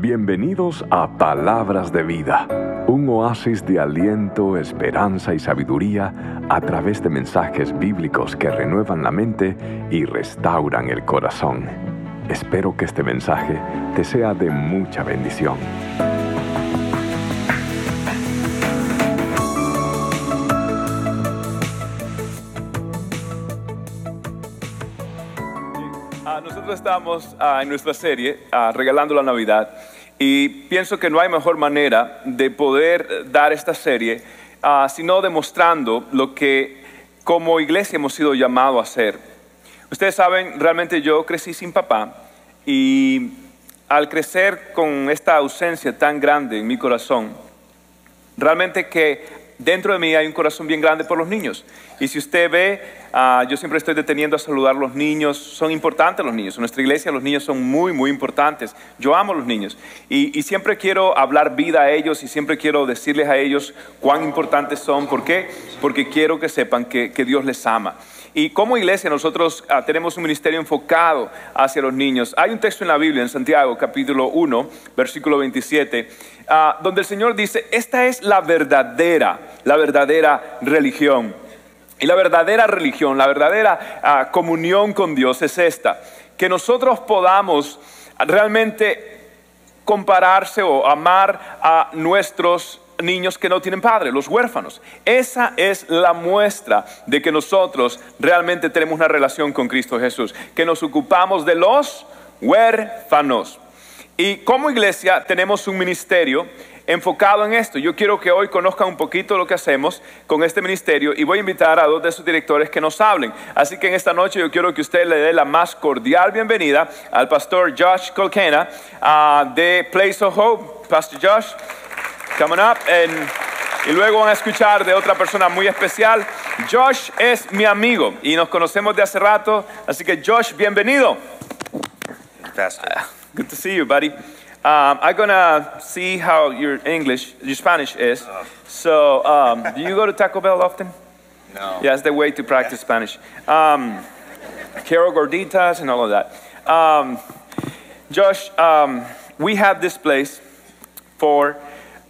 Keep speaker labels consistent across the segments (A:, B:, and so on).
A: Bienvenidos a Palabras de Vida, un oasis de aliento, esperanza y sabiduría a través de mensajes bíblicos que renuevan la mente y restauran el corazón. Espero que este mensaje te sea de mucha bendición.
B: Ah, nosotros estamos ah, en nuestra serie ah, regalando la Navidad y pienso que no hay mejor manera de poder eh, dar esta serie ah, sino demostrando lo que como iglesia hemos sido llamados a hacer. Ustedes saben, realmente yo crecí sin papá y al crecer con esta ausencia tan grande en mi corazón, realmente que dentro de mí hay un corazón bien grande por los niños. Y si usted ve, ah, yo siempre estoy deteniendo a saludar a los niños, son importantes los niños. En nuestra iglesia los niños son muy, muy importantes. Yo amo a los niños. Y, y siempre quiero hablar vida a ellos y siempre quiero decirles a ellos cuán importantes son. ¿Por qué? Porque quiero que sepan que, que Dios les ama. Y como iglesia nosotros ah, tenemos un ministerio enfocado hacia los niños. Hay un texto en la Biblia, en Santiago, capítulo 1, versículo 27, ah, donde el Señor dice, esta es la verdadera, la verdadera religión. Y la verdadera religión, la verdadera ah, comunión con Dios es esta, que nosotros podamos realmente compararse o amar a nuestros niños que no tienen padre, los huérfanos. Esa es la muestra de que nosotros realmente tenemos una relación con Cristo Jesús, que nos ocupamos de los huérfanos. Y como iglesia tenemos un ministerio enfocado en esto. Yo quiero que hoy conozcan un poquito lo que hacemos con este ministerio y voy a invitar a dos de sus directores que nos hablen. Así que en esta noche yo quiero que usted le dé la más cordial bienvenida al pastor Josh Colquena ah, de Place of Hope. Pastor Josh, Coming up. and- y luego van a escuchar de otra persona muy especial. Josh es mi amigo y nos conocemos de hace rato. Así que Josh, bienvenido.
C: Pastor.
B: Good to see you, buddy. Um, I'm gonna see how your English, your Spanish is. So, um, do you go to Taco Bell often?
C: No.
B: Yeah, it's the way to practice Spanish. Um, Carol Gorditas and all of that. Um, Josh, um, we have this place for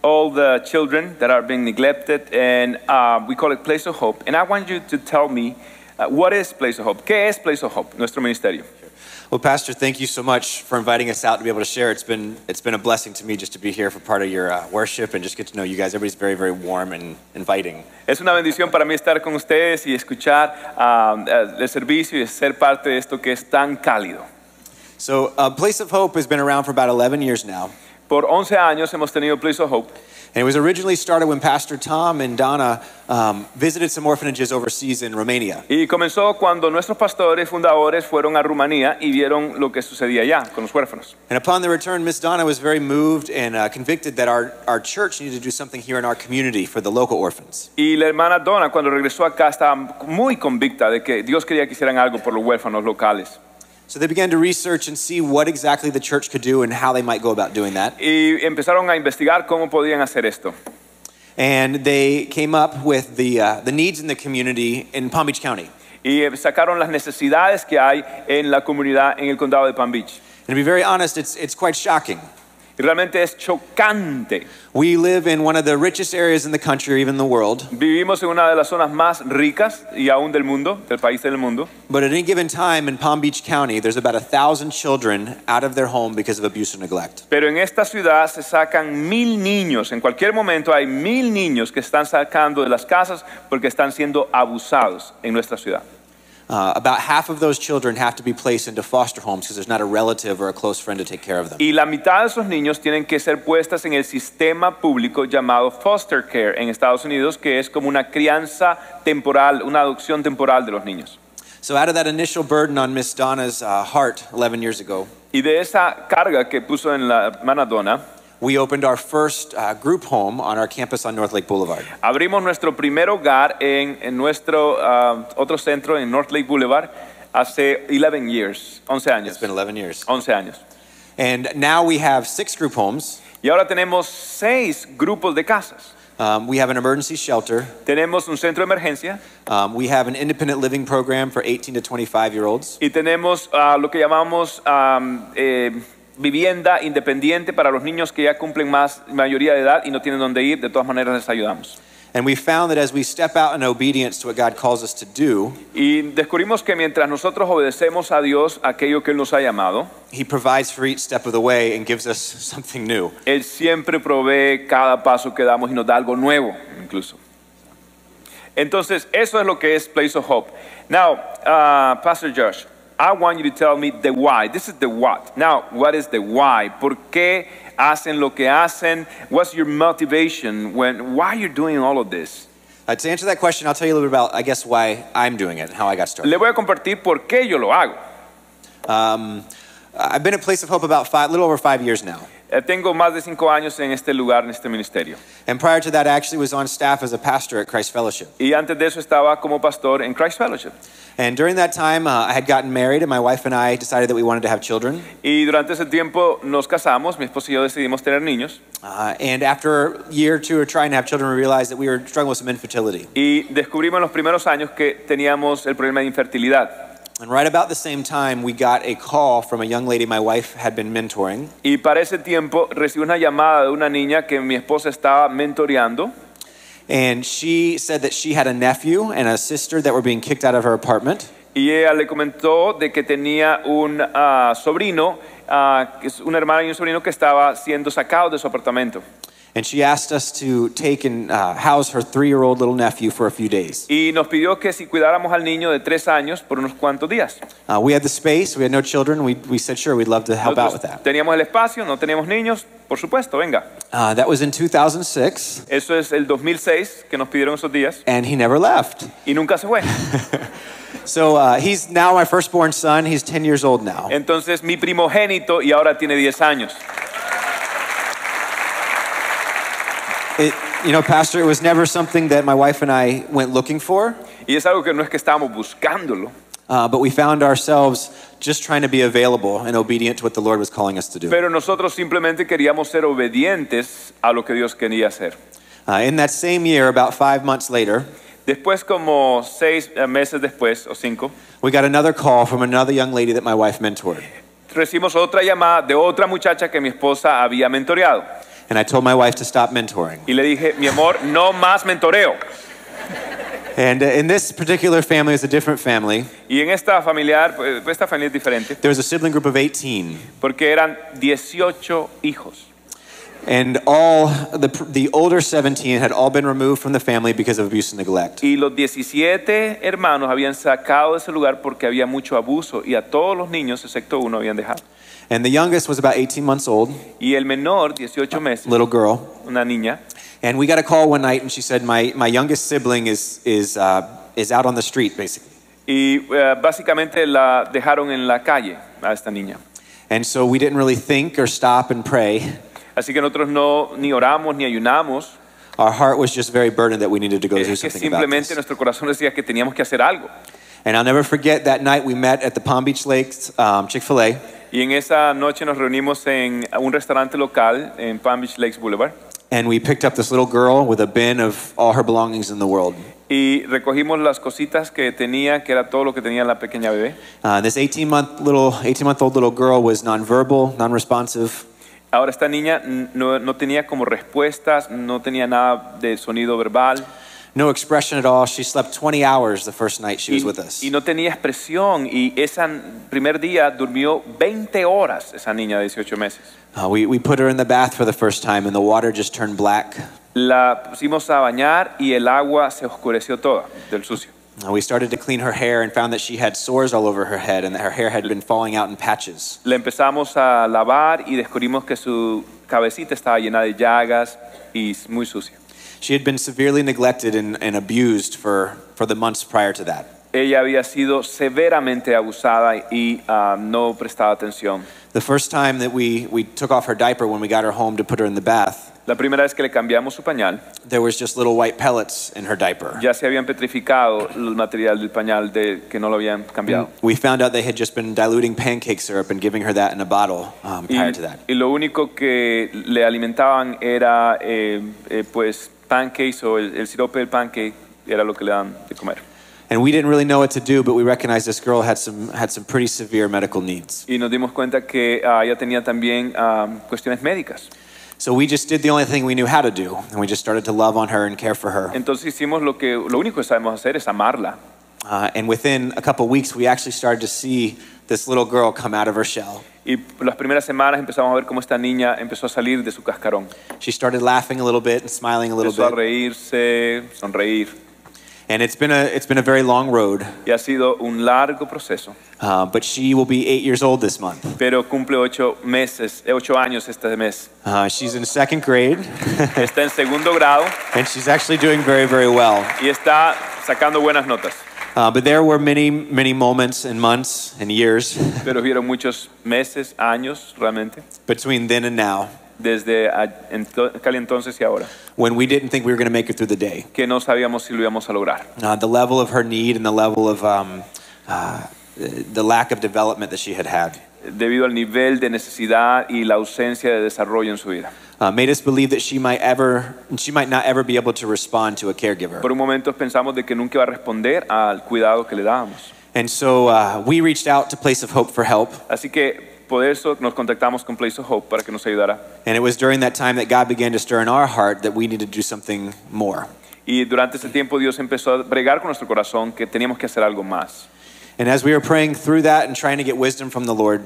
B: all the children that are being neglected, and uh, we call it Place of Hope. And I want you to tell me uh, what is Place of Hope? ¿Qué es Place of Hope? Nuestro ministerio.
C: Well, Pastor, thank you so much for inviting us out to be able to share. It's been it's been a blessing to me just to be here for part of your uh, worship and just get to know you guys. Everybody's very very warm and inviting.
B: Es una bendición para mí estar con ustedes y escuchar um, eh, el servicio y ser parte de esto que es tan cálido.
C: So, uh, Place of Hope has been around for about 11 years now,
B: Por 11 años hemos tenido Place of Hope
C: and it was originally started when Pastor Tom and Donna um, visited some orphanages overseas in Romania.
B: y comenzó cuando nuestros pastores fundadores fueron a Rumanía y vieron lo que sucedía allá con los huérfanos.
C: And upon their return, Miss Donna was very moved and uh, convicted that our, our church needed to do something here in our community for the local orphans.
B: Y la hermana Donna cuando regresó acá estaba muy convicta de que Dios quería que hicieran algo por los huérfanos locales.
C: So they began to research and see what exactly the church could do and how they might go about doing that.
B: Y empezaron a investigar cómo podían hacer esto.
C: and they came up with the, uh, the needs in the community in Palm Beach County.
B: Y eh, sacaron las necesidades que hay en la comunidad en el condado de Palm Beach.
C: And to be very honest, it's, it's quite shocking.
B: Y realmente es chocante.
C: We live in one of the richest areas in the country, or even the world,
B: Vivimos en una de las zonas más ricas y aún del mundo, del país del mundo.
C: but at any given time in Palm Beach County, there's about a thousand children out of their home because of abuse and neglect.
B: Pero en esta ciudad se sacan mil niños. En cualquier momento hay mil niños que están sacando de las casas porque están siendo abusados en nuestra ciudad.
C: Uh, about half of those children have to be placed into foster homes because there's not a relative or a close friend to take care of them.
B: Y la mitad de esos niños tienen que ser puestas en el sistema público llamado foster care en Estados Unidos, que es como una crianza temporal, una adopción temporal de los niños.
C: So, out of that initial burden on Miss Donna's uh, heart 11 years ago,
B: Y de esa carga que puso en la hermana Donna,
C: we opened our first uh, group home on our campus on North Lake Boulevard.
B: Abrimos nuestro primer hogar en, en nuestro ah, otro centro en North Lake Boulevard hace 11 years, 11
C: It's
B: años.
C: been 11 years.
B: 11 años.
C: And now we have six group homes.
B: Y ahora tenemos seis grupos de casas.
C: Um, we have an emergency shelter.
B: Tenemos un centro de emergencia
C: Um, we have an independent living program for 18 to 25 year olds.
B: y tenemos ah, lo que llamamos am, eh, vivienda independiente para los niños que ya cumplen más mayoría de edad y no tienen dónde ir. De todas maneras, les ayudamos.
C: And we found that as we step out in obedience to what God calls us to do,
B: Y descubrimos que mientras nosotros obedecemos a Dios aquello que Él nos ha llamado,
C: He provides for each step of the way and gives us something new.
B: Él siempre provee cada paso que damos y nos da algo nuevo, incluso. Entonces, eso es lo que es Place of Hope. Now, uh, Pastor Josh, I want you to tell me the why. This is the what. Now, what is the why? ¿Por qué hacen lo que hacen? What's your motivation when why you're doing all of this?
C: Uh, to answer that question, I'll tell you a little bit about, I guess, why I'm doing it and how I got started.
B: Le voy a compartir por qué yo lo hago.
C: Um, I've been at Place of Hope about five, little over five years now.
B: Eh, Tengo más de cinco años en este lugar, en este ministerio.
C: And prior to that, I actually was on staff as a pastor at Christ Fellowship.
B: Y antes de eso estaba como pastor en Christ Fellowship.
C: And during that time, uh, I had gotten married, and my wife and I decided that we wanted to have children.
B: Y durante ese tiempo nos casamos, mi esposo y yo decidimos tener niños
C: Uh, and after a year or two of trying to have children, we realized that we were struggling with some infertility.
B: y descubrimos en los primeros años que teníamos el problema de infertilidad.
C: And right about the same time, we got a call from a young lady my wife had been mentoring.
B: Y para ese tiempo recibí una llamada de una niña que mi esposa estaba mentoreando
C: And she said that she had a nephew and a sister that were being kicked out of her apartment.
B: y ella le comentó de que tenía un ah, sobrino, ah, que es una hermana y un sobrino que estaba siendo sacados de su apartamento.
C: And she asked us to take and uh, house her three year old little nephew for a few days.
B: Y nos pidió que si cuidáramos al niño de tres años por unos cuantos días.
C: Uh, we had the space, we had no children. We, we said, sure, we'd love to help out with
B: Nosotros
C: that.
B: teníamos el espacio, no teníamos niños, por supuesto, venga.
C: Uh, that was in 2006,
B: Eso es el 2006 que nos pidieron esos días
C: and he never left.
B: y nunca se fue.
C: So uh, he's now my firstborn son. He's 10 years old now.
B: Entonces mi primogénito y ahora tiene 10 años.
C: It, you know, Pastor, it was never something that my wife and I went looking for,
B: Y es algo que no es que estábamos buscándolo,
C: uh, but we found ourselves just trying to be available and obedient to what the Lord was calling us to do.
B: pero nosotros simplemente queríamos ser obedientes a lo que Dios quería hacer.
C: Uh, in that same year, about five months later,
B: Después, como seis eh, meses después, o cinco,
C: we got another call from another young lady that my wife mentored.
B: recibimos otra llamada de otra muchacha que mi esposa había mentoreado.
C: And I told my wife to stop mentoring.
B: Y le dije, mi amor, no más mentoreo.
C: And uh, in this particular family, it's a different family.
B: Y en esta familiar, pues, esta familia es diferente,
C: There was a sibling group of 18,
B: porque eran 18 hijos.
C: and all the, the older 17 had all been removed from the family because of abuse and neglect.
B: Y los 17 hermanos habían sacado de ese lugar porque había mucho abuso y a todos los niños, excepto uno, habían dejado.
C: And the youngest was about 18 months old,
B: Y el menor, 18 meses,
C: little girl.
B: una niña,
C: And we got a call one night, and she said, "My my youngest sibling is is uh, is out on the street, basically."
B: y eh, básicamente la dejaron en la calle a esta niña.
C: And so we didn't really think or stop and pray.
B: Así que nosotros no ni oramos ni ayunamos,
C: Our heart was just very burdened that we needed to go do
B: es que
C: something about
B: Eh, simplemente
C: this.
B: nuestro corazón decía que teníamos que hacer algo.
C: And I'll never forget that night we met at the Palm Beach Lakes um, Chick Fil A,
B: Y en esa noche nos reunimos en un restaurante local en Palm Beach Lakes Boulevard
C: and we picked up this little girl with a bin of all her belongings in the world.
B: y recogimos las cositas que tenía, que era todo lo que tenía la pequeña bebé.
C: Uh, this 18 month little 18 month old little girl was nonverbal, non-responsive.
B: Ahora esta niña n- no, no tenía como respuestas, no tenía nada de sonido verbal
C: No expression at all. She slept 20 hours the first night she
B: y,
C: was with us.
B: y no tenía expresión y ese primer día durmió 20 horas esa niña de 18 meses.
C: Uh, we, we put her in the bath for the first time, and the water just turned black.
B: La pusimos a bañar y el agua se oscureció toda del sucio.
C: Uh, we started to clean her hair and found that she had sores all over her head and that her hair had been falling out in patches.
B: La empezamos a lavar y descubrimos que su cabecita estaba llena de llagas y muy sucia.
C: She had been severely neglected and, and abused for, for the months prior to that.
B: Ella había sido severamente abusada y ah, no prestaba atención.
C: The first time that we, we took off her diaper when we got her home to put her in the bath,
B: La primera vez que le cambiamos su pañal,
C: there was just little white pellets in her diaper.
B: ya se habían petrificado el material del pañal de que no lo habían cambiado.
C: We found out they had just been diluting pancake syrup and giving her that in a bottle um,
B: Y,
C: prior to that.
B: y lo único que le alimentaban era eh, eh, pues pancakes o el, el sirope del pancake era lo que le dan de comer.
C: and we didn't really know what to do, but we recognized this girl had some had some pretty severe medical needs.
B: y nos dimos cuenta que ah, ella tenía también ah, cuestiones médicas.
C: So we just did the only thing we knew how to do, and we just started to love on her and care for her.
B: Entonces hicimos lo que lo único que sabemos hacer es amarla.
C: Uh, and within a couple weeks, we actually started to see this little girl come out of her shell.
B: Y las primeras semanas empezamos a ver cómo esta niña empezó a salir de su cascarón.
C: She started laughing a little bit and smiling a little
B: Empezó a
C: bit.
B: reírse, sonreír.
C: And it's been a it's been a very long road,
B: Y ha sido un largo proceso.
C: uh, but she will be eight years old this month.
B: Pero cumple ocho meses, eh, ocho años este mes.
C: Uh, she's in second grade,
B: Está en segundo grado
C: and she's actually doing very very well.
B: y está sacando buenas notas.
C: Uh, but there were many many moments and months and years
B: Pero hubieron muchos meses, años realmente,
C: between then and now
B: desde a- ento- cali entonces y ahora,
C: when we didn't think we were going to make it through the day.
B: que no sabíamos si lo íbamos a lograr.
C: Uh, the level of her need and the level of um, uh, the lack of development that she had had
B: debido al nivel de necesidad y la ausencia de desarrollo en su vida.
C: uh, made us believe that she might ever she might not ever be able to respond to a
B: Por
C: caregiver.
B: un momento pensamos de que nunca iba a responder al cuidado que le dábamos.
C: And so uh, we reached out to Place of Hope for help.
B: Así que por eso nos contactamos con Place of Hope para que nos ayudara.
C: And it was during that time that God began to stir in our heart that we need to do something more.
B: Y durante ese tiempo Dios empezó a bregar con nuestro corazón que teníamos que hacer algo más.
C: And as we were praying through that and trying to get wisdom from the Lord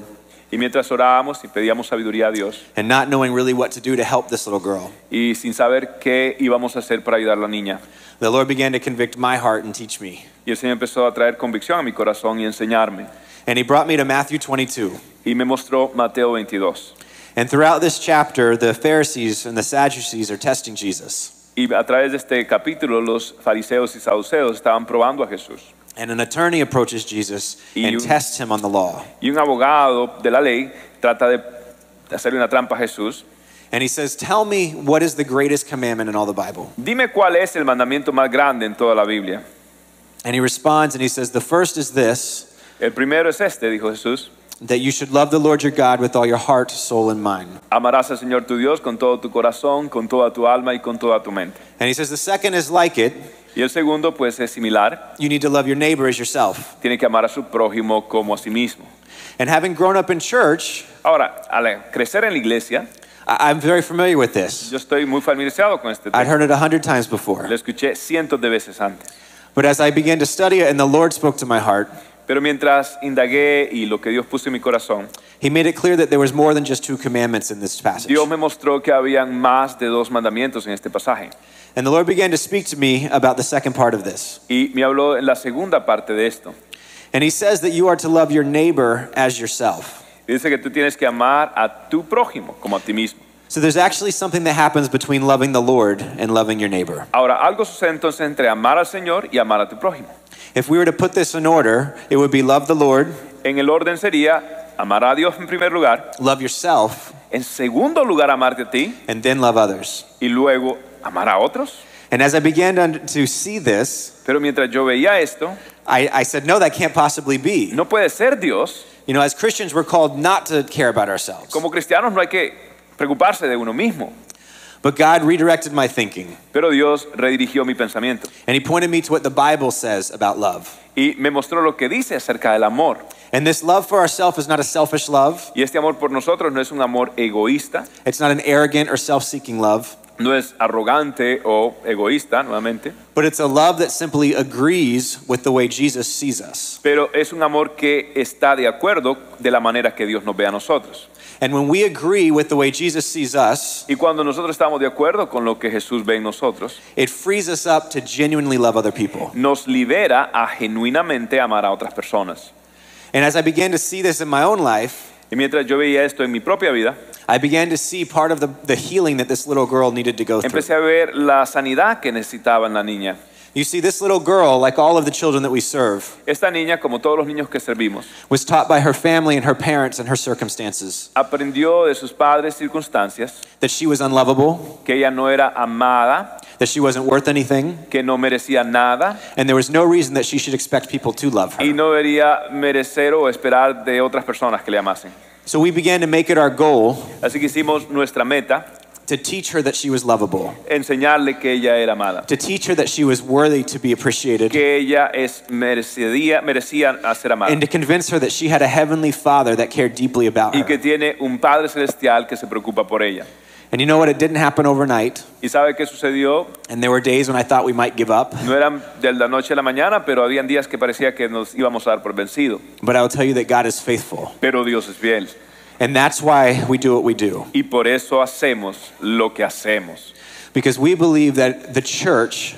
B: Y mientras orábamos y pedíamos sabiduría a Dios
C: and not knowing really what to do to help this little girl,
B: y sin saber qué íbamos a hacer para ayudar a la niña.
C: the Lord began to convict my heart and teach me.
B: Y el Señor empezó a traer convicción a mi corazón y enseñarme.
C: And he brought me to Matthew 22.
B: Y me mostró Mateo 22.
C: And throughout this chapter, the Pharisees and the Sadducees are testing Jesus.
B: Y a través de este capítulo los fariseos y saduceos estaban probando a Jesús.
C: And an attorney approaches Jesus
B: You-
C: and tests him on the law.
B: Y un abogado de la ley trata de hacerle una trampa a Jesús.
C: And he says, Tell me what is the greatest commandment in all the Bible.
B: Dime cuál es el mandamiento más grande en toda la Biblia.
C: And he responds and he says, The first is this
B: El primero es este, dijo Jesús.
C: that you should love the Lord your God with all your heart, soul, and mind.
B: Amarás al Señor tu Dios con todo tu corazón, con toda tu alma y con toda tu mente.
C: And he says, The second is like it
B: Y el segundo, pues, es similar.
C: you need to love your neighbor as yourself.
B: Tiene que amar a su prójimo como a sí mismo.
C: And having grown up in church,
B: Ahora, al crecer en la iglesia,
C: I- I'm very familiar with this.
B: yo estoy muy familiarizado con este
C: I'd
B: tema.
C: heard it a hundred times before.
B: Lo escuché cientos de veces antes.
C: But as I began to study it and the Lord spoke to my heart,
B: Pero mientras indagué y lo que Dios puso en mi corazón,
C: He made it clear that there was more than just two commandments in this passage.
B: Dios me mostró que habían más de dos mandamientos en este pasaje.
C: And the Lord began to speak to me about the second part of this.
B: Y me habló en la segunda parte de esto.
C: And He says that you are to love your neighbor as yourself.
B: Dice que tú tienes que amar a tu prójimo como a ti mismo.
C: So there's actually something that happens between loving the Lord and loving your neighbor.
B: Ahora, algo sucede entonces entre amar al Señor y amar a tu prójimo.
C: If we were to put this in order, it would be love the Lord,
B: En el orden sería amar a Dios en primer lugar,
C: love yourself,
B: en segundo lugar amarte a ti
C: and then love others.
B: y luego amar a otros.
C: And as I began to, under- to see this,
B: Pero mientras yo veía esto,
C: I, I said, no, that can't possibly be.
B: no puede ser Dios.
C: You know, as Christians, we're called not to care about ourselves.
B: Como cristianos no hay que preocuparse de uno mismo.
C: But God redirected my thinking,
B: Pero Dios redirigió mi pensamiento
C: and He pointed me to what the Bible says about love.
B: y me mostró lo que dice acerca del amor.
C: And this love for ourselves is not a selfish love.
B: Y este amor por nosotros no es un amor egoísta,
C: It's not an arrogant or self seeking love,
B: no es arrogante o egoísta, nuevamente,
C: but it's a love that simply agrees with the way Jesus sees us.
B: pero es un amor que está de acuerdo de la manera que Dios nos ve a nosotros.
C: And when we agree with the way Jesus sees us,
B: Y cuando nosotros estamos de acuerdo con lo que Jesús ve en nosotros,
C: it frees us up to genuinely love other people.
B: nos libera a genuinamente amar a otras personas.
C: And as I began to see this in my own life,
B: Y mientras yo veía esto en mi propia vida,
C: I began to see part of the, the healing that this little girl needed to go through.
B: empecé a ver la sanidad que necesitaba en la niña.
C: You see, this little girl, like all of the children that we serve,
B: Esta niña, como todos los niños que servimos,
C: was taught by her family and her parents and her circumstances
B: aprendió de sus padres circunstancias
C: that she was unlovable,
B: que ella no era amada,
C: that she wasn't worth anything,
B: que no merecía nada,
C: and there was no reason that she should expect people to love
B: y
C: her.
B: no debería merecer o esperar de otras personas que le amasen.
C: So we began to make it our goal
B: Así que hicimos nuestra meta
C: to teach her that she was lovable,
B: enseñarle que ella era amada,
C: to teach her that she was worthy to be appreciated,
B: que ella es merecía, merecía a ser amada
C: and to convince her that she had a heavenly father that cared deeply about
B: y que
C: her.
B: tiene un Padre Celestial que se preocupa por ella.
C: And you know what? It didn't happen overnight.
B: ¿Y sabe qué sucedió?
C: And there were days when I thought we might give up.
B: No eran de la noche a la mañana, pero habían días que parecía que nos íbamos a dar por vencido.
C: But I will tell you that God is faithful.
B: Pero Dios es fiel.
C: And that's why we do what we do.
B: Y por eso hacemos lo que hacemos.
C: Because we believe that the church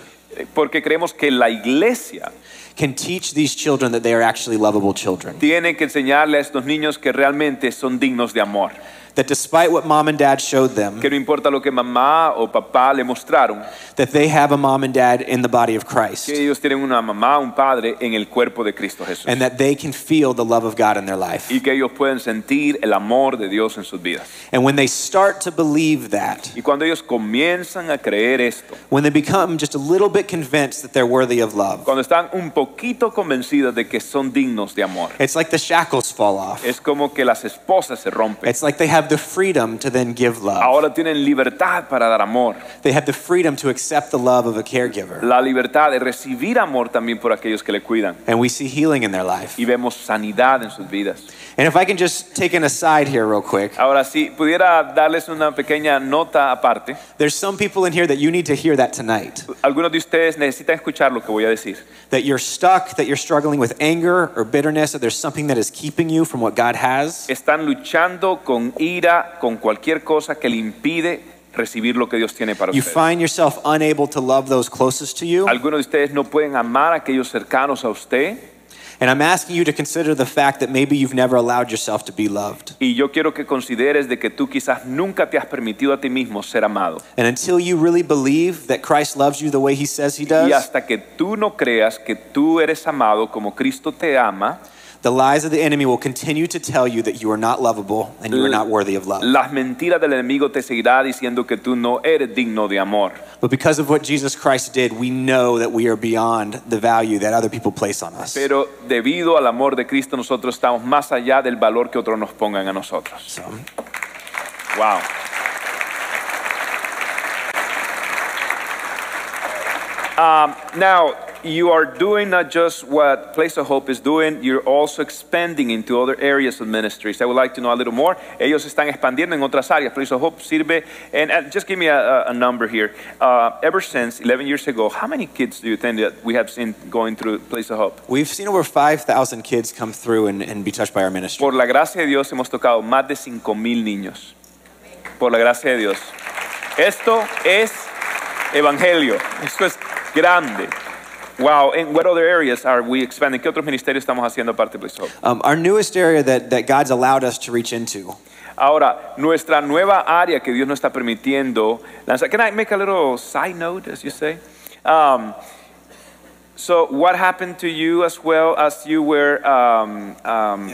B: Porque creemos que la iglesia
C: can teach these children that they are actually lovable children.
B: tiene que enseñarle a estos niños que realmente son dignos de amor.
C: That despite what mom and dad showed them,
B: Que no importa lo que mamá o papá le mostraron,
C: that they have a mom and dad in the body of Christ.
B: que ellos tienen una mamá, un padre en el cuerpo de Cristo Jesús.
C: And that they can feel the love of God in their life.
B: Y que ellos pueden sentir el amor de Dios en sus vidas.
C: And when they start to believe that,
B: Y cuando ellos comienzan a creer esto,
C: when they become just a little bit convinced that they're worthy of love,
B: cuando están un poquito convencidas de que son dignos de amor,
C: it's like the shackles fall off.
B: es como que las esposas se rompen.
C: It's like they have the freedom to then give love.
B: Ahora tienen libertad para dar amor,
C: They have the freedom to accept the love of a caregiver.
B: la libertad de recibir amor también por aquellos que le cuidan.
C: And we see healing in their life.
B: Y vemos sanidad en sus vidas.
C: And if I can just take an aside here, real quick,
B: Ahora, si pudiera darles una pequeña nota aparte,
C: there's some people in here that you need to hear that tonight.
B: algunos de ustedes necesitan escuchar lo que voy a decir.
C: that you're stuck, that you're struggling with anger or bitterness, or there's something that is keeping you from what God has.
B: Están luchando con ira, con cualquier cosa que le impide recibir lo que Dios tiene para
C: You
B: ustedes.
C: find yourself unable to love those closest to you.
B: Algunos de ustedes no pueden amar a aquellos cercanos a usted.
C: And I'm asking you to consider the fact that maybe you've never allowed yourself to be loved.
B: Y yo quiero que consideres de que tú quizás nunca te has permitido a ti mismo ser amado.
C: And until you really believe that Christ loves you the way he says he
B: Y
C: does,
B: hasta que tú no creas que tú eres amado como Cristo te ama,
C: the lies of the enemy will continue to tell you that you are not lovable and you are not worthy of love.
B: las mentiras del enemigo te seguirá diciendo que tú no eres digno de amor.
C: But because of what Jesus Christ did, we know that we are beyond the value that other people place on us.
B: Pero debido al amor de Cristo nosotros estamos más allá del valor que otros nos pongan a nosotros.
C: So,
B: Wow. Um, now, you are doing not just what Place of Hope is doing, you're also expanding into other areas of ministries. I would like to know a little more. Ellos están expandiendo en otras áreas. Place of Hope sirve, and, and just give me a, a- a number here. Uh, ever since 11 years ago, how many kids do you think that we have seen going through Place of Hope?
C: we've seen over 5,000 kids come through and, and be touched by our ministry.
B: Por la gracia de Dios hemos tocado más de 5 mil niños. Por la gracia de Dios. Esto es evangelio. Esto es grande. Wow. And what other areas are we expanding? ¿Qué otros ministerios estamos haciendo aparte de Place Hope?
C: Um, our newest area that, that God's allowed us to reach into
B: Ahora, nuestra nueva área que Dios nos está permitiendo lanzar. Can I make a little side note, as you say? Um, so, what happened to you as well as you were um, um,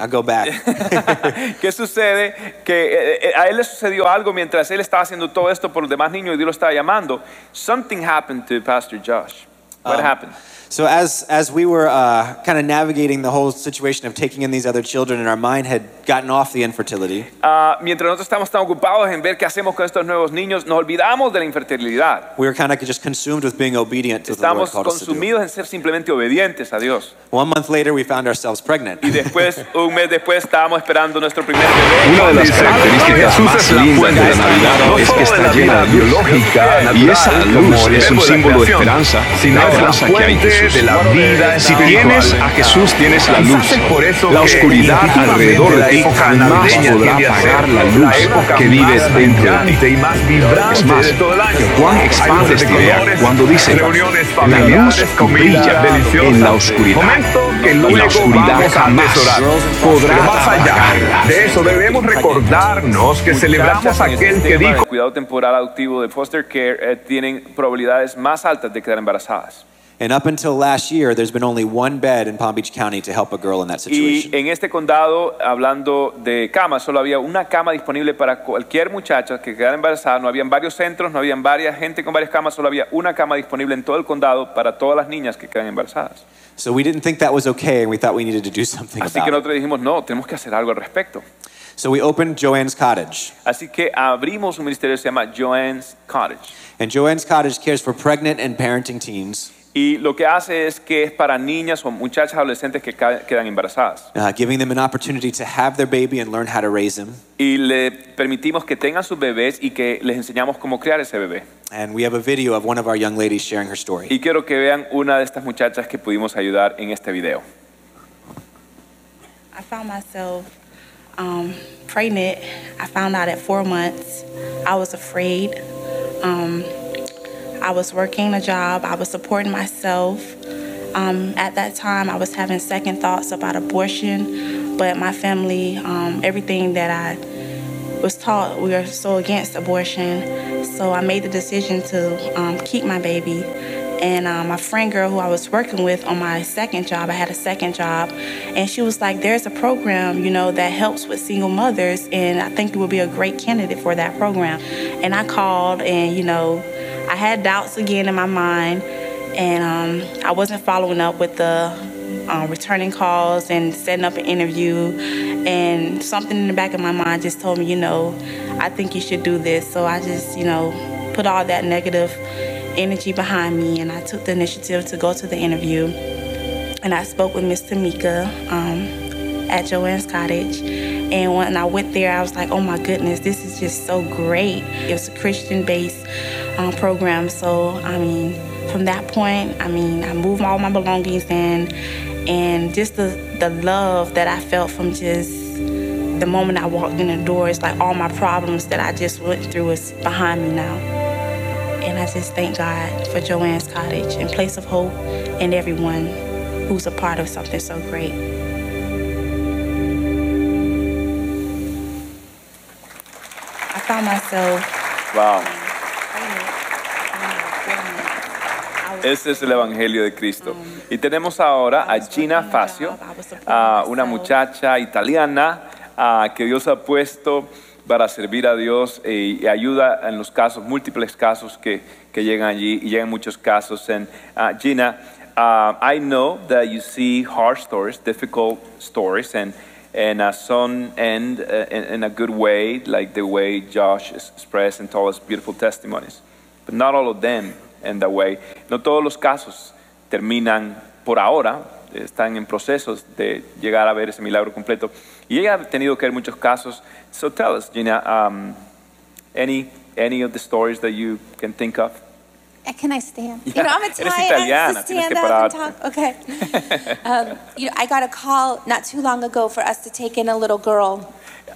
C: I'll go back.
B: ¿Qué sucede? Que eh, eh, a él le sucedió algo mientras él estaba haciendo todo esto por los demás niños y Dios lo estaba llamando. Something happened to Pastor Josh. What
C: Um,
B: happened?
C: so as as we were uh, kind of navigating the whole situation of taking in these other children, and our mind had gotten off the infertility,
B: Ah, mientras nosotros estamos tan ocupados en ver qué hacemos con estos nuevos niños, nos olvidamos de la infertilidad.
C: we were kind of just consumed with being obedient to what the Lord
B: Estamos
C: called us to do.
B: consumidos en ser simplemente obedientes a Dios.
C: One month later, we found ourselves pregnant.
B: Y después, un mes después, estábamos esperando nuestro primer bebé.
D: Una de las características más lindas de la Navidad es que está llena de biológica y esa luz es un símbolo de esperanza, sino es la que hay en Jesús. De la vida si tienes a Jesús, tienes la luz. la oscuridad alrededor de ti jamás podrá apagar la luz que vives dentro de ti. Es más, Juan expande esta idea cuando dice, la luz brilla en la oscuridad y la oscuridad jamás podrá apagarla.
E: De eso debemos recordarnos que celebramos
B: Muchachas en este el
E: aquel que
B: sistema de
E: dijo.
B: cuidado temporal adoptivo de foster care eh, tienen probabilidades más altas de quedar embarazadas.
C: And up until last year, there's been only one bed in Palm Beach County to help a girl in that
B: Y eh,
C: situation.
B: en este condado, hablando de camas, solo había una cama disponible para cualquier muchacha que quedara embarazada. No habían varios centros, no habían varias gente con varias camas, solo había una cama disponible en todo el condado para todas las niñas que quedan embarazadas.
C: So we didn't think that was okay, and we thought we needed to do something
B: Así
C: about
B: que
C: it.
B: nosotros dijimos, no, tenemos que hacer algo al respecto.
C: So we opened Joanne's Cottage.
B: Así que abrimos un ministerio que se llama Joanne's Cottage.
C: And Joanne's Cottage cares for pregnant and parenting teens,
B: Y lo que hace es que es para niñas o muchachas adolescentes que ca- quedan embarazadas.
C: uh, giving them an opportunity to have their baby and learn how to raise him.
B: Y le permitimos que tengan sus bebés y que les enseñamos cómo criar ese bebé.
C: And we have a video of one of our young ladies sharing her story.
B: Y quiero que vean una de estas muchachas que pudimos ayudar en este video.
F: I found myself um, pregnant. I found out at four months. I was afraid. Um, I was working a job. I was supporting myself. Um, at that time, I was having second thoughts about abortion, but my family, um, everything that I was taught, we were so against abortion. So I made the decision to um, keep my baby. And um, my friend girl who I was working with on my second job, I had a second job, and she was like, "There's a program, you know, that helps with single mothers, and I think you would be a great candidate for that program." And I called, and you know, I had doubts again in my mind, and um, I wasn't following up with the uh, returning calls and setting up an interview. And something in the back of my mind just told me, you know, I think you should do this. So I just, you know, put all that negative energy behind me and I took the initiative to go to the interview. And I spoke with Miss Tamika um, at Joanne's cottage. And when I went there, I was like, oh my goodness, this is just so great. It was a Christian based um, program. So, I mean, from that point, I mean, I moved all my belongings in. And just the, the love that I felt from just the moment I walked in the door, it's like all my problems that I just went through is behind me now. And I just thank God for Joanne's Cottage and Place of Hope and everyone who's a part of something so great. I found myself.
B: Wow.
F: pregnant when I was pregnant. I was
B: Ese Este es el Evangelio de Cristo. Y tenemos ahora a Gina Facio, ah, una muchacha italiana ah, que Dios ha puesto para servir a Dios eh, y ayuda en los casos, múltiples casos que, que llegan allí y llegan muchos casos. And, ah, Gina, ah, I know that you see hard stories, difficult stories, and, and uh, some end uh, in, in a good way, like the way Josh expressed and told us beautiful testimonies. But not all of them end that way. No todos los casos terminan por ahora, están en procesos de llegar a ver ese milagro completo. Y ella ha tenido que ver muchos casos. So tell us, Gina, um, any, any of the stories that you can think of?
G: Uh, Can I stand?
B: Yeah,
G: You know, I'm
B: eres
G: Italian. I
B: italiana,
G: have to
B: tienes que
G: stand up
B: pararte.
G: and talk. Okay. um, you know, I got a call not too long ago for us to take in a little girl,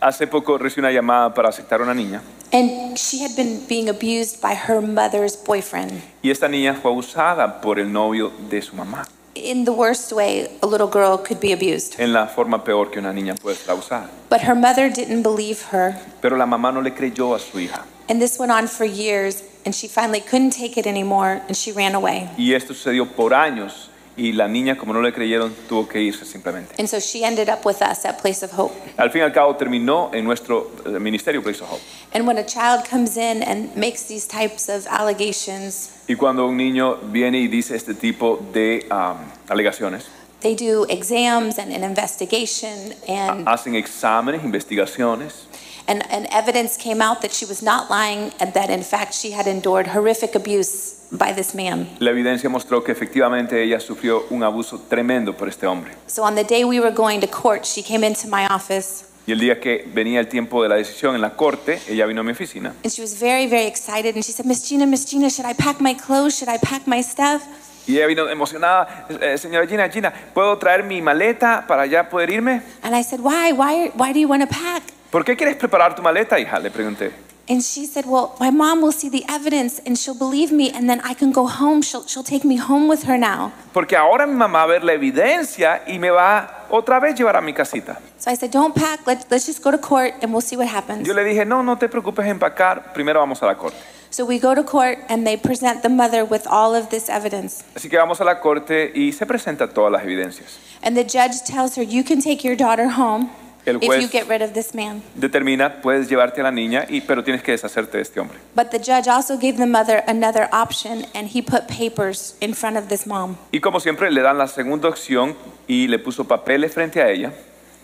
B: Hace poco recibí una llamada para aceptar a una niña
G: and she had been being abused by her mother's boyfriend
B: y esta niña fue abusada por el novio de su mamá
G: in the worst way a little girl could be abused.
B: en la forma peor que una niña puede ser abusada.
G: But her mother didn't believe her,
B: Pero la mamá no le creyó a su hija
G: and this went on for years. And she finally couldn't take it anymore, and she ran away.
B: y esto sucedió por años y la niña como no le creyeron tuvo que irse simplemente.
G: And so she ended up with us at Place of Hope.
B: Al fin y al cabo terminó en nuestro eh, ministerio Place of Hope.
G: And when a child comes in and makes these types of allegations,
B: Y cuando un niño viene y dice este tipo de um, alegaciones,
G: they do exams and an investigation
B: ha-
G: and
B: hacen exámenes, investigaciones,
G: And, and evidence came out that she was not lying and that in fact she had endured horrific abuse by this man.
B: la evidencia mostró que efectivamente ella sufrió un abuso tremendo por este hombre.
G: So on the day we were going to court, she came into my office
B: Y el día que venía el tiempo de la decisión en la corte, ella vino a mi oficina
G: and she was very, very excited. And she said, Miss Gina, Miss Gina, should I pack my clothes? Should I pack my stuff?
B: y ella vino emocionada, "Eh, señora Gina, Gina, ¿puedo traer mi maleta para ya poder irme?
G: And I said, Why? Why, why do you want to pack?
B: ¿Por qué quieres preparar tu maleta, hija? Le pregunté.
G: And she said, Well, my mom will see the evidence and she'll believe me and then I can go home. She'll, she'll take me home with her now.
B: Porque ahora mi mamá va a ver la evidencia y me va otra vez llevar a mi casita.
G: So I said, Don't pack. Let, let's just go to court and we'll see what happens.
B: Yo le dije, no, no te preocupes empacar, primero vamos a la corte.
G: So we go to court and they present the mother with all of this evidence.
B: Así que vamos a la corte y se presentan todas las evidencias.
G: And the judge tells her, You can take your daughter home
B: El
G: if you
B: juez
G: get rid of this man.
B: determina, puedes llevarte a la niña, y, pero tienes que deshacerte de este hombre.
G: But the judge also gave the mother another option, and he put papers in front of this mom.
B: Y como siempre, le dan la segunda opción y le puso papeles frente a ella.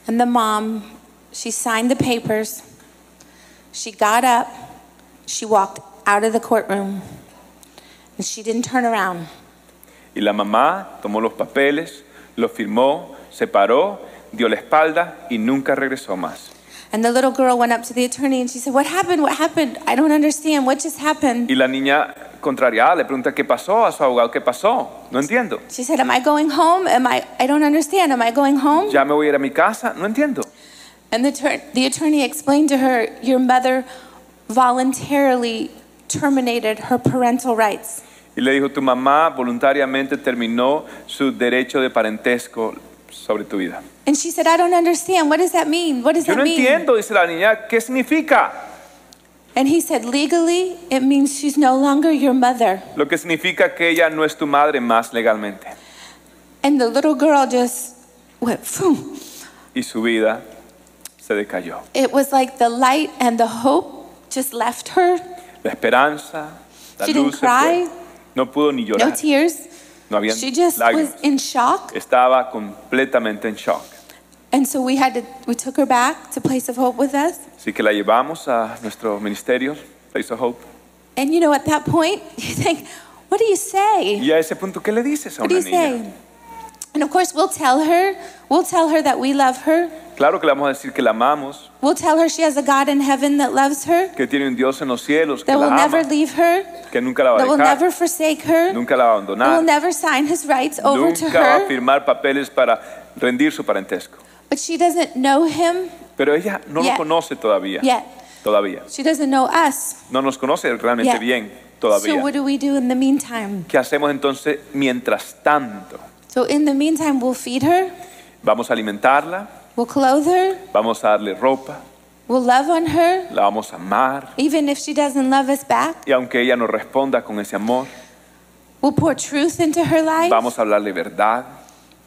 G: And the mom, She signed the papers. She got up. She walked out of the courtroom. And she didn't turn around.
B: Y la mamá tomó los papeles, los firmó, se paró, dio la espalda y nunca regresó más.
G: And the little girl went up to the attorney and she said, What happened? What happened? I don't understand. What just happened?
B: Y la niña contrariada le pregunta qué pasó a su abogado, qué pasó, no entiendo.
G: She said, Am I going home? Am I, I don't understand. Am I going home?
B: Ya me voy a ir a mi casa, no entiendo.
G: And the, tur- the attorney explained to her, Your mother voluntarily terminated her parental rights.
B: Y le dijo, tu mamá voluntariamente terminó su derecho de parentesco sobre tu vida.
G: And she said, I don't understand. What does that mean? What does
B: Yo
G: that
B: no
G: mean?
B: entiendo, dice la niña, ¿qué significa?
G: And he said, Legally, it means she's no longer your mother.
B: Lo que significa que ella no es tu madre más legalmente.
G: And the little girl just went, Phew.
B: Y su vida se decayó.
G: It was like the light and the hope just left her.
B: La esperanza, la
G: She
B: luz,
G: didn't
B: se fue.
G: cry.
B: no pudo ni
G: No
B: llorar,
G: tears.
B: no había
G: She just
B: lágrimas.
G: was in shock.
B: Estaba completamente en shock.
G: And so we had to, we took her back to Place of Hope with us.
B: Así que la llevamos a nuestro ministerio, Place of Hope.
G: And you know, at that point, you think, what do you say?
B: Y a ese punto, ¿qué le dices a
G: What do
B: una
G: you
B: niña?
G: say? And of course, we'll tell her. We'll tell her that we love her.
B: Claro que le vamos a decir que la amamos,
G: We'll tell her she has a God in heaven that loves her,
B: que tiene un Dios en los cielos, que
G: that
B: la
G: will never
B: ama,
G: leave her,
B: que nunca la va
G: that will
B: a dejar,
G: never forsake her, that
B: nunca la va a
G: will
B: abandonar,
G: never sign his rights over to
B: nunca va a
G: her.
B: firmar papeles para rendir su parentesco.
G: But she doesn't know him
B: Pero ella no lo
G: Yet.
B: conoce todavía,
G: yet.
B: todavía.
G: She doesn't know us.
B: No nos conoce realmente
G: Yet.
B: bien
G: So,
B: todavía.
G: what do we do in the meantime?
B: ¿Qué hacemos entonces mientras tanto?
G: So, in the meantime, we'll feed her,
B: Vamos a alimentarla,
G: we'll clothe her,
B: vamos a darle ropa,
G: we'll love on her,
B: la vamos a amar.
G: even if she doesn't love us back.
B: Y aunque ella no responda con ese amor,
G: We'll pour truth into her life
B: vamos a hablarle verdad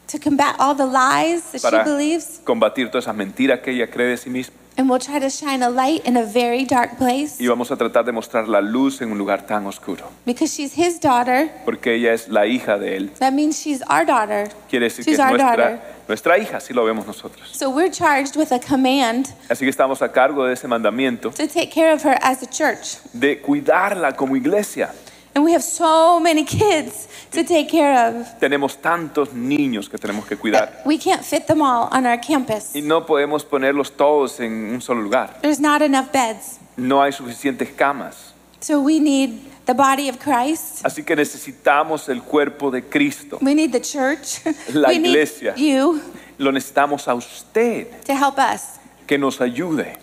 G: to combat all the lies that
B: para
G: she believes.
B: combatir todas esas mentiras que ella cree de sí misma.
G: And we'll try to shine a light in a very dark place
B: Y vamos a tratar de mostrar la luz en un lugar tan oscuro.
G: because she's his daughter.
B: Porque ella es la hija de él.
G: That means she's our daughter.
B: Quiere decir
G: She's
B: que es
G: our
B: nuestra,
G: daughter.
B: nuestra hija, así lo vemos nosotros.
G: So we're charged with a command
B: Así que estamos a cargo de ese mandamiento
G: to take care of her as a church.
B: de cuidarla como iglesia.
G: And we have so many kids to take care of.
B: Tenemos tantos niños que tenemos que cuidar.
G: that We can't fit them all on our campus.
B: Y no podemos ponerlos todos en un solo lugar.
G: There's not enough beds.
B: No hay suficientes camas.
G: So we need the body of Christ.
B: Así que necesitamos el cuerpo de Cristo.
G: We need the church.
B: La
G: we need
B: iglesia.
G: you
B: Lo necesitamos a usted
G: to help us.
B: que nos ayude.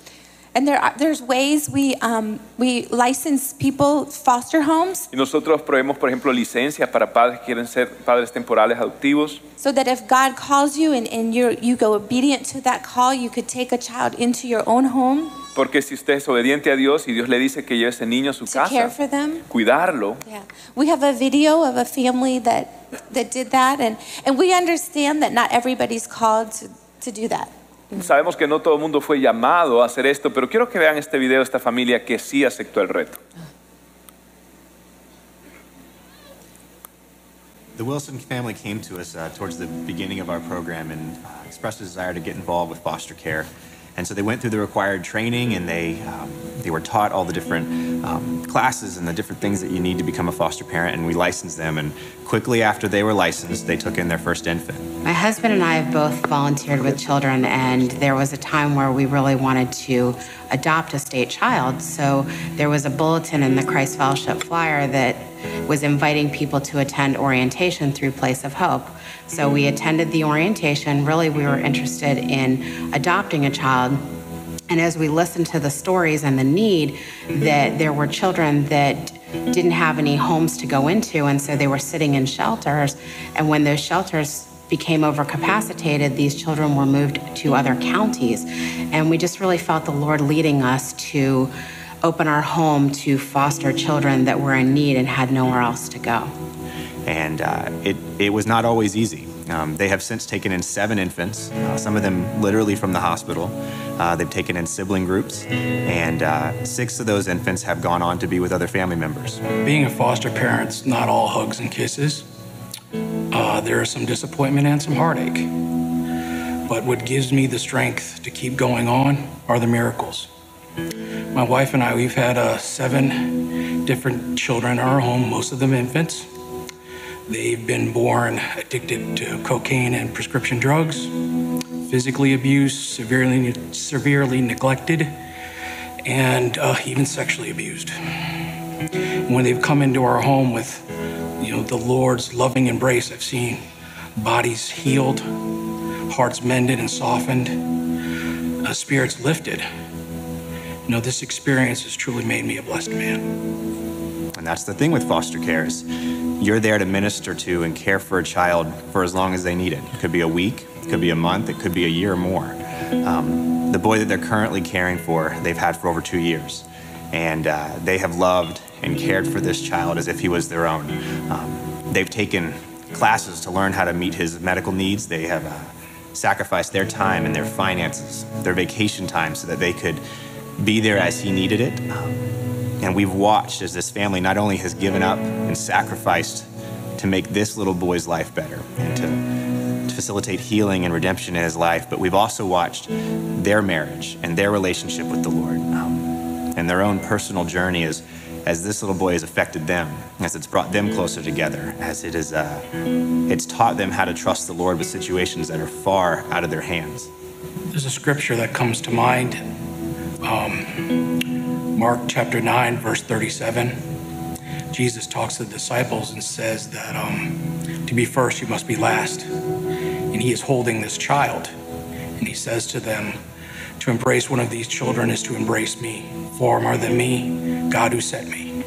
G: And there are there's ways we um, we license people foster homes
B: Y nosotros proveemos, por ejemplo, licencias para padres que quieren ser padres temporales adoptivos.
G: so that if God calls you and, and you you go obedient to that call, you could take a child into your own home
B: Porque si usted es obediente a Dios y Dios le dice que lleve ese niño a su
G: to care
B: casa,
G: for them.
B: cuidarlo,
G: Yeah, we have a video of a family that that did that, and and we understand that not everybody's called to, to do that.
B: sabemos que no todo el mundo fue llamado a hacer esto, pero quiero que vean este video de esta familia que sí aceptó el reto.
C: The Wilson family came to us uh, towards the beginning of our program and uh, expressed a desire to get involved with foster care. And so they went through the required training and they, um, they were taught all the different um, classes and the different things that you need to become a foster parent. And we licensed them. And quickly after they were licensed, they took in their first infant.
H: My husband and I have both volunteered with children, and there was a time where we really wanted to adopt a state child. So there was a bulletin in the Christ Fellowship flyer that was inviting people to attend orientation through Place of Hope. So we attended the orientation. Really, we were interested in adopting a child. And as we listened to the stories and the need, that there were children that didn't have any homes to go into, and so they were sitting in shelters. And when those shelters became overcapacitated, these children were moved to other counties. And we just really felt the Lord leading us to open our home to foster children that were in need and had nowhere else to go.
C: and uh, it, it was not always easy. Um, they have since taken in seven infants, uh, some of them literally from the hospital. Uh, they've taken in sibling groups, and uh, six of those infants have gone on to be with other family members.
I: Being a foster parent's not all hugs and kisses. Uh, there is some disappointment and some heartache. But what gives me the strength to keep going on are the miracles. My wife and I, we've had uh, seven different children in our home, most of them infants. They've been born addicted to cocaine and prescription drugs, physically abused, severely, severely neglected, and uh, even sexually abused. When they've come into our home with, you know, the Lord's loving embrace, I've seen bodies healed, hearts mended and softened, uh, spirits lifted. You know, this experience has truly made me a blessed man.
C: And that's the thing with foster care is you're there to minister to and care for a child for as long as they need it. It could be a week, it could be a month, it could be a year or more. Um, the boy that they're currently caring for, they've had for over two years. And uh, they have loved and cared for this child as if he was their own. Um, they've taken classes to learn how to meet his medical needs. They have uh, sacrificed their time and their finances, their vacation time, so that they could be there as he needed it. Um, and we've watched as this family not only has given up and sacrificed to make this little boy's life better and to, to facilitate healing and redemption in his life, but we've also watched their marriage and their relationship with the Lord um, and their own personal journey as, as this little boy has affected them, as it's brought them closer together, as it is, uh, it's taught them how to trust the Lord with situations that are far out of their hands.
I: There's a scripture that comes to mind um, Mark chapter 9, verse 37. Jesus talks to the disciples and says that um, to be first, you must be last. And he is holding this child. And he says to them, To embrace one of these children is to embrace me. For more than me, God who sent me.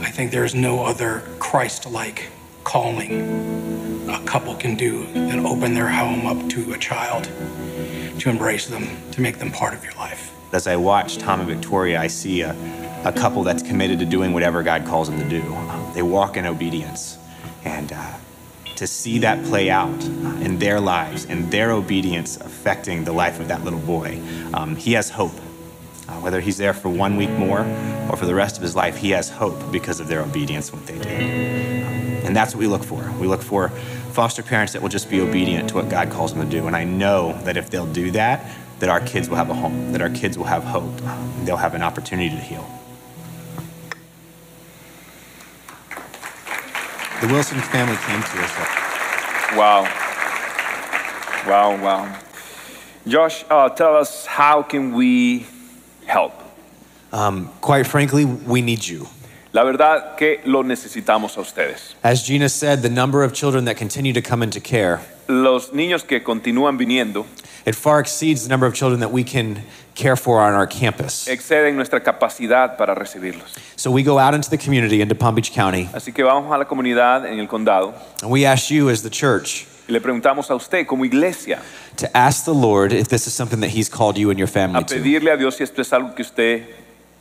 I: I think there is no other Christ like calling a couple can do than open their home up to a child, to embrace them, to make them part of your life.
C: As I watch Tom and Victoria, I see a, a couple that's committed to doing whatever God calls them to do. Um, They walk in obedience. And uh, to see that play out uh, in their lives and their obedience affecting the life of that little boy, um, he has hope. Uh, whether he's there for one week more or for the rest of his life, he has hope because of their obedience, what they did. And that's what we look for. We look for foster parents that will just be obedient to what God calls them to do. And I know that if they'll do that, that our kids will have a home, that our kids will have hope, they'll have an opportunity to heal. The Wilson family came to us.
B: Wow. Wow, wow. Josh, uh, tell us how can we help?
C: Quite frankly, we need you.
B: La verdad que lo necesitamos a ustedes.
C: As Gina said, the number of children that continue to come into care,
B: Los niños que continúan viniendo
C: it far exceeds the number of children that we can care for on our campus.
B: exceden nuestra capacidad para recibirlos.
C: So we go out into the community, into Palm Beach County,
B: Así que vamos a la comunidad en el condado
C: and we ask you as the church
B: y le preguntamos a usted como iglesia
C: to ask the Lord if this is something that He's called you and your family
B: a
C: to.
B: pedirle a Dios si esto es algo que usted,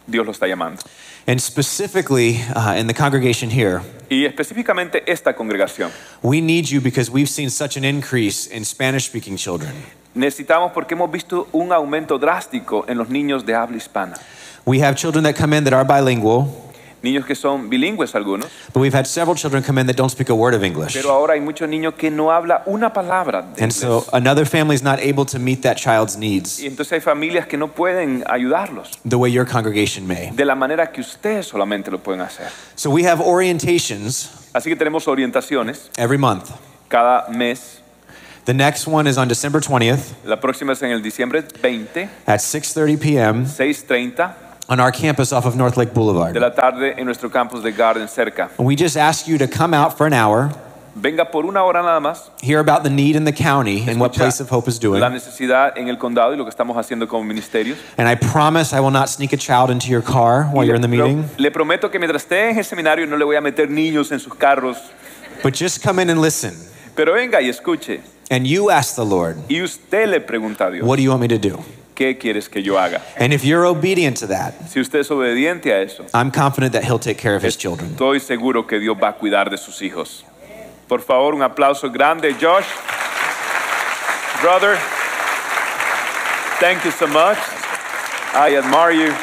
B: Dios lo está llamando.
C: And specifically uh, in the congregation here,
B: Y específicamente esta congregación.
C: we need you because we've seen such an increase in Spanish speaking children.
B: Necesitamos porque hemos visto un aumento drástico en los niños de habla hispana.
C: We have children that come in that are bilingual,
B: Niños que son bilingües algunos,
C: but we've had several children come in that don't speak a word of English.
B: pero ahora hay muchos niños que no habla una palabra de inglés.
C: And so another family is not able to meet that child's needs
B: y entonces hay familias que no pueden ayudarlos
C: the way your congregation may.
B: de la manera que ustedes solamente lo pueden hacer.
C: So we have orientations
B: Así que tenemos orientaciones
C: every month.
B: cada mes.
C: The next one is on December 20th
B: La próxima es en el diciembre 20,
C: at 6:30 p.m.
B: 6.30
C: on our campus off of North Lake
B: de
C: Boulevard.
B: la tarde en nuestro campus de Garden cerca.
C: We just ask you to come out for an hour,
B: Venga por una hora nada más.
C: hear about the need in the county and what
B: escucha
C: Place of Hope is doing.
B: La necesidad en el condado y lo que estamos haciendo como ministerios.
C: And I promise I will not sneak a child into your car while
B: Y
C: you're
B: le,
C: in the
B: pro-
C: meeting,
B: le prometo que mientras esté en el seminario no le voy a meter niños en sus carros,
C: but just come in and listen.
B: pero venga y escuche.
C: And you ask the Lord,
B: Y usted le pregunta a Dios,
C: What do you want me to do?
B: ¿qué quieres que yo haga?
C: And if you're obedient to that,
B: Si usted es obediente a eso,
C: I'm confident that He'll take care of His children.
B: estoy seguro que Dios va a cuidar de sus hijos. Por favor, un aplauso grande, Josh. Brother, thank you so much. I admire you.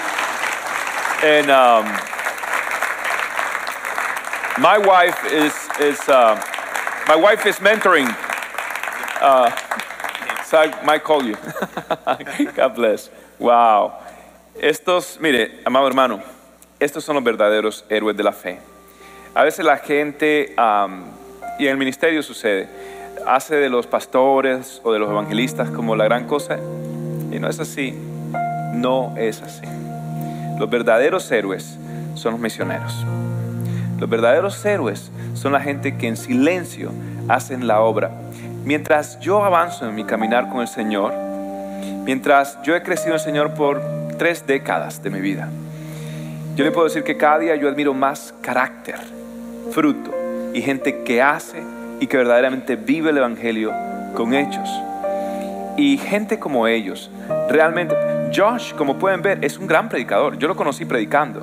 B: And um, my wife is, is, uh, my wife is mentoring uh, So I might call you. God bless. Wow. Estos, mire, amado hermano, estos son los verdaderos héroes de la fe. A veces la gente, am, y en el ministerio sucede, hace de los pastores o de los evangelistas como la gran cosa, y no es así. No es así. Los verdaderos héroes son los misioneros. Los verdaderos héroes son la gente que en silencio hacen la obra. Mientras yo avanzo en mi caminar con el Señor, mientras yo he crecido en el Señor por tres décadas de mi vida, yo le puedo decir que cada día yo admiro más carácter, fruto y gente que hace y que verdaderamente vive el Evangelio con hechos. Y gente como ellos, realmente, Josh, como pueden ver, es un gran predicador. Yo lo conocí predicando.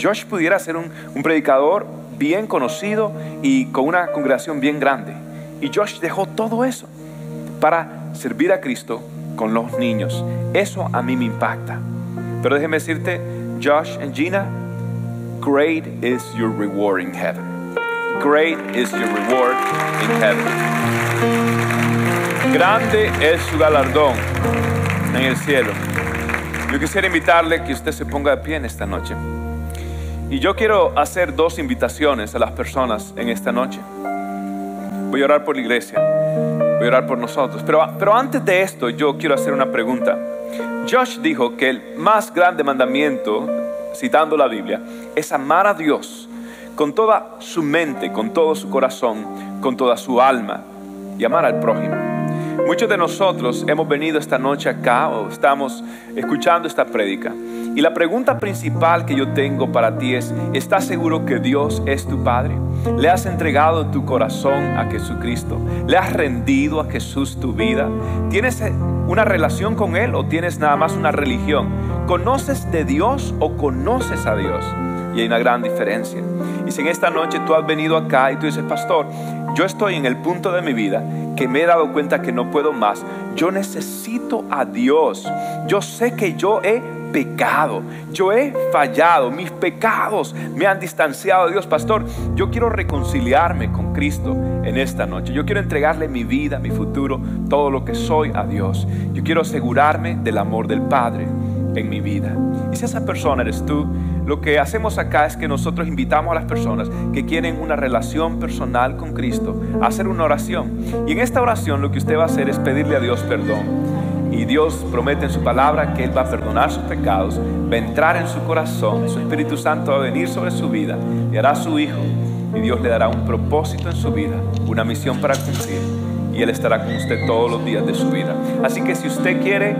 B: Josh pudiera ser un, un predicador bien conocido y con una congregación bien grande. Y Josh dejó todo eso para servir a Cristo con los niños. Eso a mí me impacta. Pero déjeme decirte, Josh and Gina, great is your reward in heaven. Great is your reward in heaven. Grande es su galardón en el cielo. Yo quisiera invitarle que usted se ponga de pie en esta noche. Y yo quiero hacer dos invitaciones a las personas en esta noche. Voy a orar por la iglesia, voy a orar por nosotros. Pero, pero antes de esto yo quiero hacer una pregunta. Josh dijo que el más grande mandamiento, citando la Biblia, es amar a Dios con toda su mente, con todo su corazón, con toda su alma y amar al prójimo. Muchos de nosotros hemos venido esta noche acá o estamos escuchando esta prédica. Y la pregunta principal que yo tengo para ti es, ¿estás seguro que Dios es tu Padre? ¿Le has entregado tu corazón a Jesucristo? ¿Le has rendido a Jesús tu vida? ¿Tienes eh, una relación con Él o tienes nada más una religión? ¿Conoces de Dios o conoces a Dios? Y hay una gran diferencia. Y si en esta noche tú has venido acá y tú dices, pastor, yo estoy en el punto de mi vida que me he dado cuenta que no puedo más. Yo necesito a Dios. Yo sé que yo he pecado. Yo he fallado. Mis pecados me han distanciado de Dios. Pastor, yo quiero reconciliarme con Cristo en esta noche. Yo quiero entregarle mi vida, mi futuro, todo lo que soy a Dios. Yo quiero asegurarme del amor del Padre en mi vida. Y si esa persona eres tú, lo que hacemos acá es que nosotros invitamos a las personas que quieren una relación personal con Cristo a hacer una oración. Y en esta oración lo que usted va a hacer es pedirle a Dios perdón. Y Dios promete en su palabra que Él va a perdonar sus pecados, va a entrar en su corazón, su Espíritu Santo va a venir sobre su vida y hará su hijo. Y Dios le dará un propósito en su vida, una misión para cumplir y Él estará con usted todos los días de su vida. Así que si usted quiere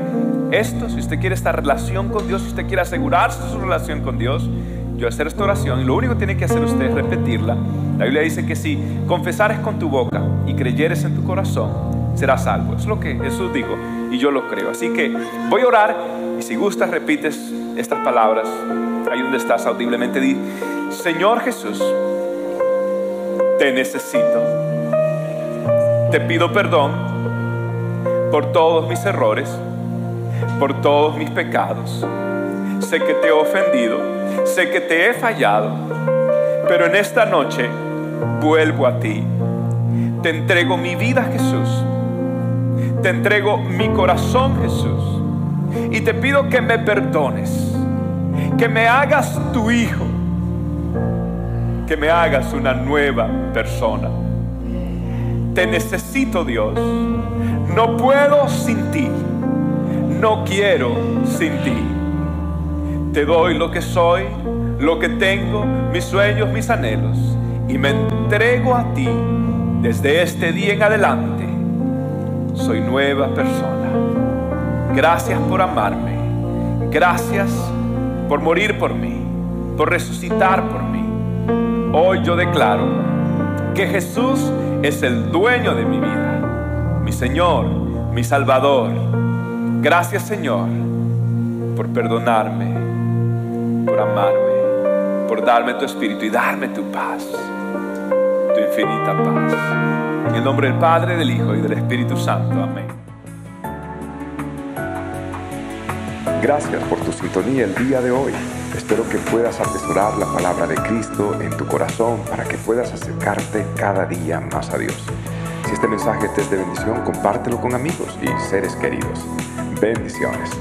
B: esto, si usted quiere esta relación con Dios, si usted quiere asegurarse su relación con Dios, yo hacer esta oración y lo único que tiene que hacer usted es repetirla. La Biblia dice que si confesares con tu boca y creyeres en tu corazón, serás salvo. Es lo que Jesús dijo y yo lo creo. Así que voy a orar y si gustas repites estas palabras ahí donde estás audiblemente. Di, Señor Jesús, te necesito. Te pido perdón por todos mis errores, por todos mis pecados. Sé que te he ofendido, sé que te he fallado, pero en esta noche vuelvo a ti. Te entrego mi vida, Jesús. Te entrego mi corazón, Jesús. Y te pido que me perdones, que me hagas tu hijo, que me hagas una nueva persona. Te necesito, Dios. No puedo sin ti. No quiero sin ti. Te doy lo que soy, lo que tengo, mis sueños, mis anhelos. Y me entrego a ti desde este día en adelante. Soy nueva persona. Gracias por amarme. Gracias por morir por mí, por resucitar por mí. Hoy yo declaro que Jesús es el dueño de mi vida, mi Señor, mi Salvador. Gracias Señor por perdonarme, por amarme, por darme tu espíritu y darme tu paz, tu infinita paz. En el nombre del Padre, del Hijo y del Espíritu Santo. Amén.
A: Gracias por tu sintonía el día de hoy. Espero que puedas atesorar la palabra de Cristo en tu corazón para que puedas acercarte cada día más a Dios. Si Si este mensaje te es de bendición, compártelo con amigos y seres queridos. Bendiciones.